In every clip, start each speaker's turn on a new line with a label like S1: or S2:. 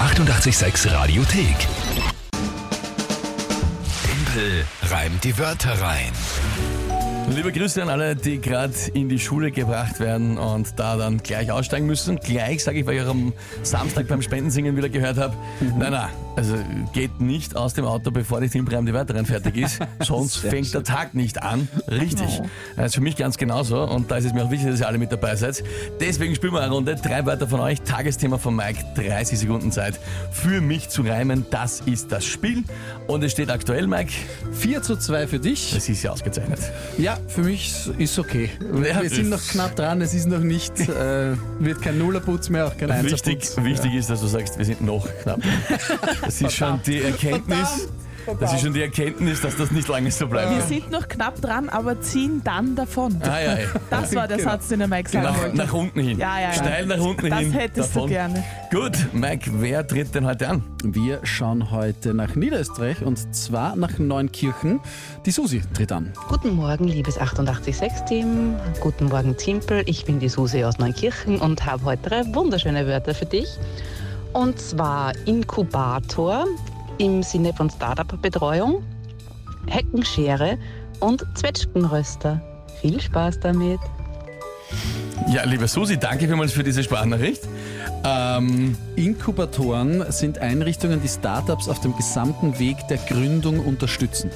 S1: 886 Radiothek. Tempel reimt die Wörter rein.
S2: Liebe Grüße an alle, die gerade in die Schule gebracht werden und da dann gleich aussteigen müssen. Gleich, sage ich, weil ich auch am Samstag beim Spendensingen wieder gehört habe. Nein, nein, also geht nicht aus dem Auto, bevor die Teampreim die Wörterin fertig ist. Sonst fängt der Tag nicht an. Richtig. Das ist für mich ganz genauso und da ist es mir auch wichtig, dass ihr alle mit dabei seid. Deswegen spielen wir eine Runde. Drei Wörter von euch, Tagesthema von Mike, 30 Sekunden Zeit für mich zu reimen. Das ist das Spiel und es steht aktuell, Mike.
S3: 4 zu 2 für dich.
S2: Das ist ja ausgezeichnet.
S3: Ja, für mich ist okay.
S2: Ja,
S3: Wir sind noch
S2: das-
S3: knapp dran, es ist noch nicht, äh, wird kein Nullerputz mehr, auch kein
S2: Wichtig,
S3: Einserputz.
S2: wichtig ist, dass du sagst, wir sind noch knapp. Das ist schon die Erkenntnis. Das ist schon die Erkenntnis, dass das nicht lange so bleiben
S4: Wir
S2: wird.
S4: sind noch knapp dran, aber ziehen dann davon.
S2: Ah, ja, ja.
S4: Das war der
S3: Genau.
S4: Satz, den der Mike sagen
S2: Nach,
S4: wollte.
S2: nach unten hin.
S4: Ja, ja, ja.
S2: Steil nach unten
S4: Das
S2: hin.
S4: hättest du gerne.
S2: Gut, Mike, wer tritt denn heute an?
S3: Wir schauen heute nach Niederösterreich und zwar nach Neunkirchen. Die Susi tritt an.
S5: Guten Morgen, liebes 886-Team. Guten Morgen, Timpel. Ich bin die Susi aus Neunkirchen und habe heute drei wunderschöne Wörter für dich. Und zwar Inkubator im Sinne von Startup-Betreuung, Heckenschere und Zwetschgenröster. Viel Spaß damit!
S2: Ja, liebe Susi, danke vielmals für diese Sprachnachricht. Ähm,
S3: Inkubatoren sind Einrichtungen, die Startups auf dem gesamten Weg der Gründung unterstützen.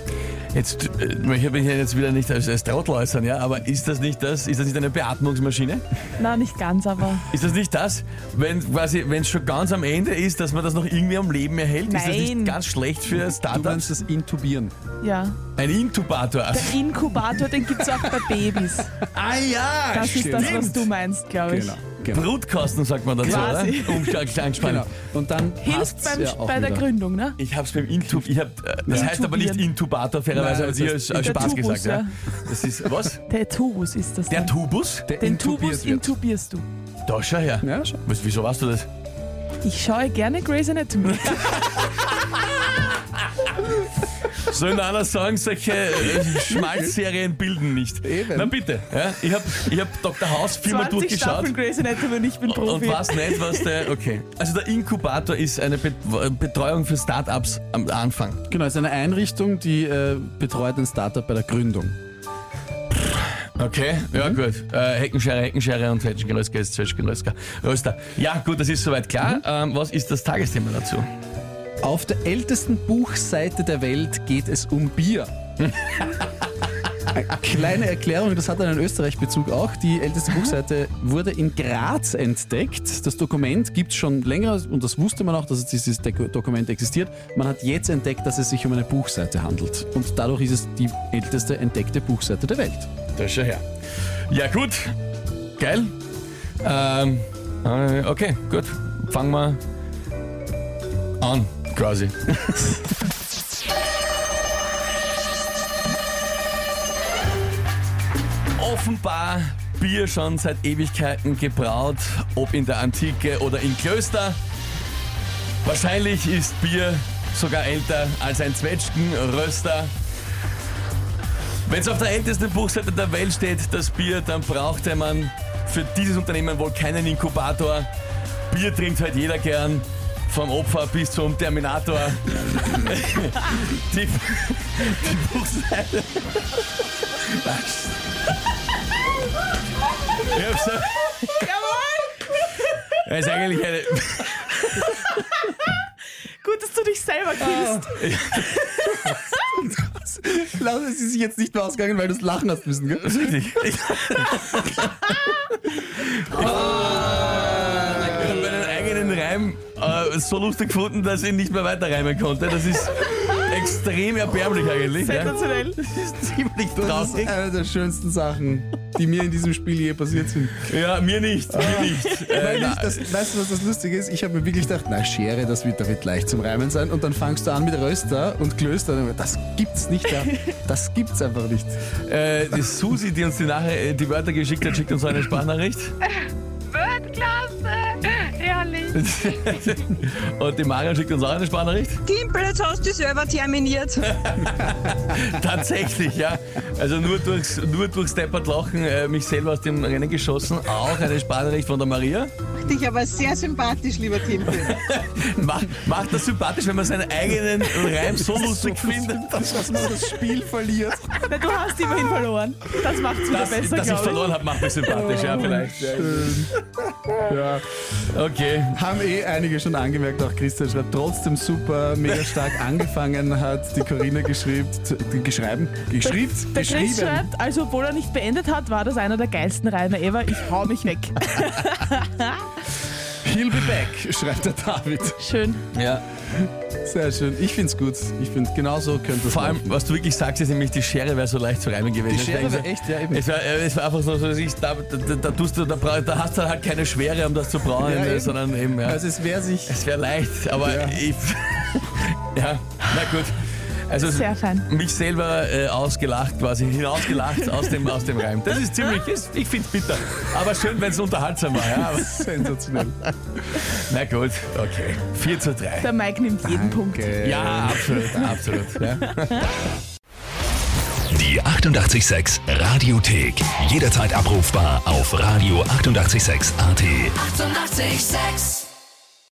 S2: jetzt äh, möchte ich mich ja jetzt wieder nicht als, als Trottel äußern, ja, aber ist das nicht das? Ist das nicht eine Beatmungsmaschine?
S4: Na, nicht ganz, aber
S2: Ist das nicht das, wenn quasi, wenn es schon ganz am Ende ist, dass man das noch irgendwie am Leben erhält? Ist das nicht
S4: Nein.
S2: ganz schlecht für
S3: Du
S2: Startups?
S3: kannst das intubieren.
S4: ja.
S2: Ein Intubator.
S4: Der Inkubator, den gibt es auch bei Babys.
S2: Ah ja,
S4: Das ist das, was du meinst, glaube ich.
S3: genau.
S2: Brutkosten sagt man dazu,
S4: Quasi.
S2: oder? Um Umschlagspann.
S3: genau. Und dann
S4: Hilft
S3: passt's
S4: beim,
S3: ja auch
S4: bei der
S3: wieder.
S4: Gründung, ne?
S2: Ich hab's beim Intub, ich hab, äh, das heißt aber nicht
S4: Intubieren.
S2: Intubator, fairerweise,
S3: Nein,
S2: aber
S3: das
S2: ich als,
S3: heißt
S2: als
S4: der
S2: Spaß
S4: Tubus,
S2: gesagt, ja.
S4: ja.
S2: Das ist, was?
S4: Der Tubus ist das.
S2: Der
S4: dann.
S2: Tubus?
S3: Der
S4: Den
S3: intubiert
S4: Tubus
S3: wird.
S4: intubierst du.
S2: Da schau her.
S3: Ja, schon.
S2: Was, wieso warst du das?
S4: Ich schaue gerne Grey's Anatomy.
S2: Sollen einer sagen, solche äh, Schmalzserien bilden nicht.
S3: Eben.
S2: Na bitte. Ja, ich hab, ich hab Dr. House viermal
S4: 20
S2: durchgeschaut.
S4: Staffeln Grey's Anatomy und ich bin
S2: Und
S4: Profi.
S2: was nicht, was der. Okay. Also der Inkubator ist eine Bet Betreuung für Startups am Anfang.
S3: Genau, es ist eine Einrichtung, die äh, betreut ein Startup bei der Gründung.
S2: Okay, ja gut. Äh, Heckenschere, Heckenschere und Zwetschgenrösker ist Zwetschgenrösker. Röster. Ja gut, das ist soweit klar. Ähm, was ist das Tagesthema dazu?
S3: Auf der ältesten Buchseite der Welt geht es um Bier. Eine Kleine Erklärung, das hat einen Österreich-Bezug auch. Die älteste Buchseite wurde in Graz entdeckt. Das Dokument gibt es schon länger und das wusste man auch, dass es dieses Dek- Dokument existiert. Man hat jetzt entdeckt, dass es sich um eine Buchseite handelt. Und dadurch ist es die älteste entdeckte Buchseite der Welt.
S2: Da ist schon her. Ja gut, geil. Ähm, äh, okay, gut. Fangen wir an, quasi. Offenbar Bier schon seit Ewigkeiten gebraut, ob in der Antike oder in Klöster. Wahrscheinlich ist Bier sogar älter als ein Zwetschgenröster. Wenn es auf der ältesten Buchseite der Welt steht, das Bier, dann brauchte man für dieses Unternehmen wohl keinen Inkubator. Bier trinkt halt jeder gern, vom Opfer bis zum Terminator. die, die Buchseite. Ich hab's. Jawohl! Das ist eigentlich eine.
S4: Gut, dass du dich selber killst.
S3: Lass es sich jetzt nicht mehr ausgegangen, weil du es lachen hast müssen, gell?
S2: Richtig. Ich, Oh, ich habe meinen eigenen Reim äh, so lustig gefunden, dass ich nicht mehr weiter reimen konnte. Das ist extrem erbärmlich eigentlich. Ja.
S4: Sensationell.
S2: Das ist ziemlich
S3: Das ist
S2: traurig.
S3: eine der schönsten Sachen, die mir in diesem Spiel je passiert sind.
S2: Ja, mir nicht. Mir nicht. Äh,
S3: Weil ich, das, weißt du, was das Lustige ist? Ich habe mir wirklich gedacht, na Schere, das wird, da wird leicht zum Reimen sein. Und dann fangst du an mit Röster und Klöster. Und Das gibt's nicht. Ja. Das gibt's einfach nicht.
S2: äh, die Susi, die uns die, Nach äh, die Wörter geschickt hat, schickt uns eine Sprachnachricht. Wörtklasse! Herrlich! Und die Marion schickt uns auch eine Sprachnachricht.
S6: Timpel, jetzt hast du selber terminiert.
S2: Tatsächlich, ja. Also nur durchs, nur durchs Deppert Lachen äh, mich selber aus dem Rennen geschossen. Auch eine Sprachnachricht von der Maria.
S7: fand dich aber sehr sympathisch, lieber Timpel.
S2: Mach, macht das sympathisch, wenn man seinen eigenen Reim so lustig findet.
S3: dass man das Spiel verliert.
S4: Na, du hast immerhin verloren. Das macht's wieder
S2: Dass,
S4: besser,
S2: dass ich
S4: glaub
S2: verloren habe, macht mich sympathisch, ja, vielleicht.
S3: Oh, Ja.
S2: Okay.
S3: Haben eh einige schon angemerkt, auch Christian schreibt trotzdem super, mega stark angefangen hat die Corinna geschrieben, geschrieben, geschrieben,
S4: Der
S3: geschrieben.
S4: Chris schreibt, also obwohl er nicht beendet hat, war das einer der geilsten Reime ever. Ich hau mich weg.
S3: He'll be back, schreibt der David.
S4: Schön.
S2: Ja.
S3: Sehr schön. Ich find's gut. Ich finde, genau so könnte es
S2: Vor allem, was du wirklich sagst, ist nämlich, die Schere wäre so leicht zu reimen gewesen.
S3: Die Schere
S2: Ich denke
S3: war
S2: so,
S3: echt, ja, eben.
S2: Es war, äh, es war einfach so, so dass ich, da, da, da, da, tust du, da, brau- da hast du halt keine Schwere, um das zu brauen,
S3: Ja, eben.
S2: sondern eben, ja.
S3: Also es wäre sich
S2: Es wäre leicht, aber
S3: Ja.
S2: ich. ja, na gut. Also
S4: Sehr fein.
S2: mich selber äh, ausgelacht, quasi hinausgelacht aus dem, aus dem Reim. Das ist ziemlich, ist, ich finde es bitter. Aber schön, wenn es unterhaltsam war. Ja, aber,
S3: sensationell.
S2: na gut, okay. 4 zu 3.
S4: Der Mike nimmt jeden Punkt.
S2: Ja, absolut, absolut. Ja.
S1: Die 886 Radiothek. Jederzeit abrufbar auf radio886.at. 886!
S8: 886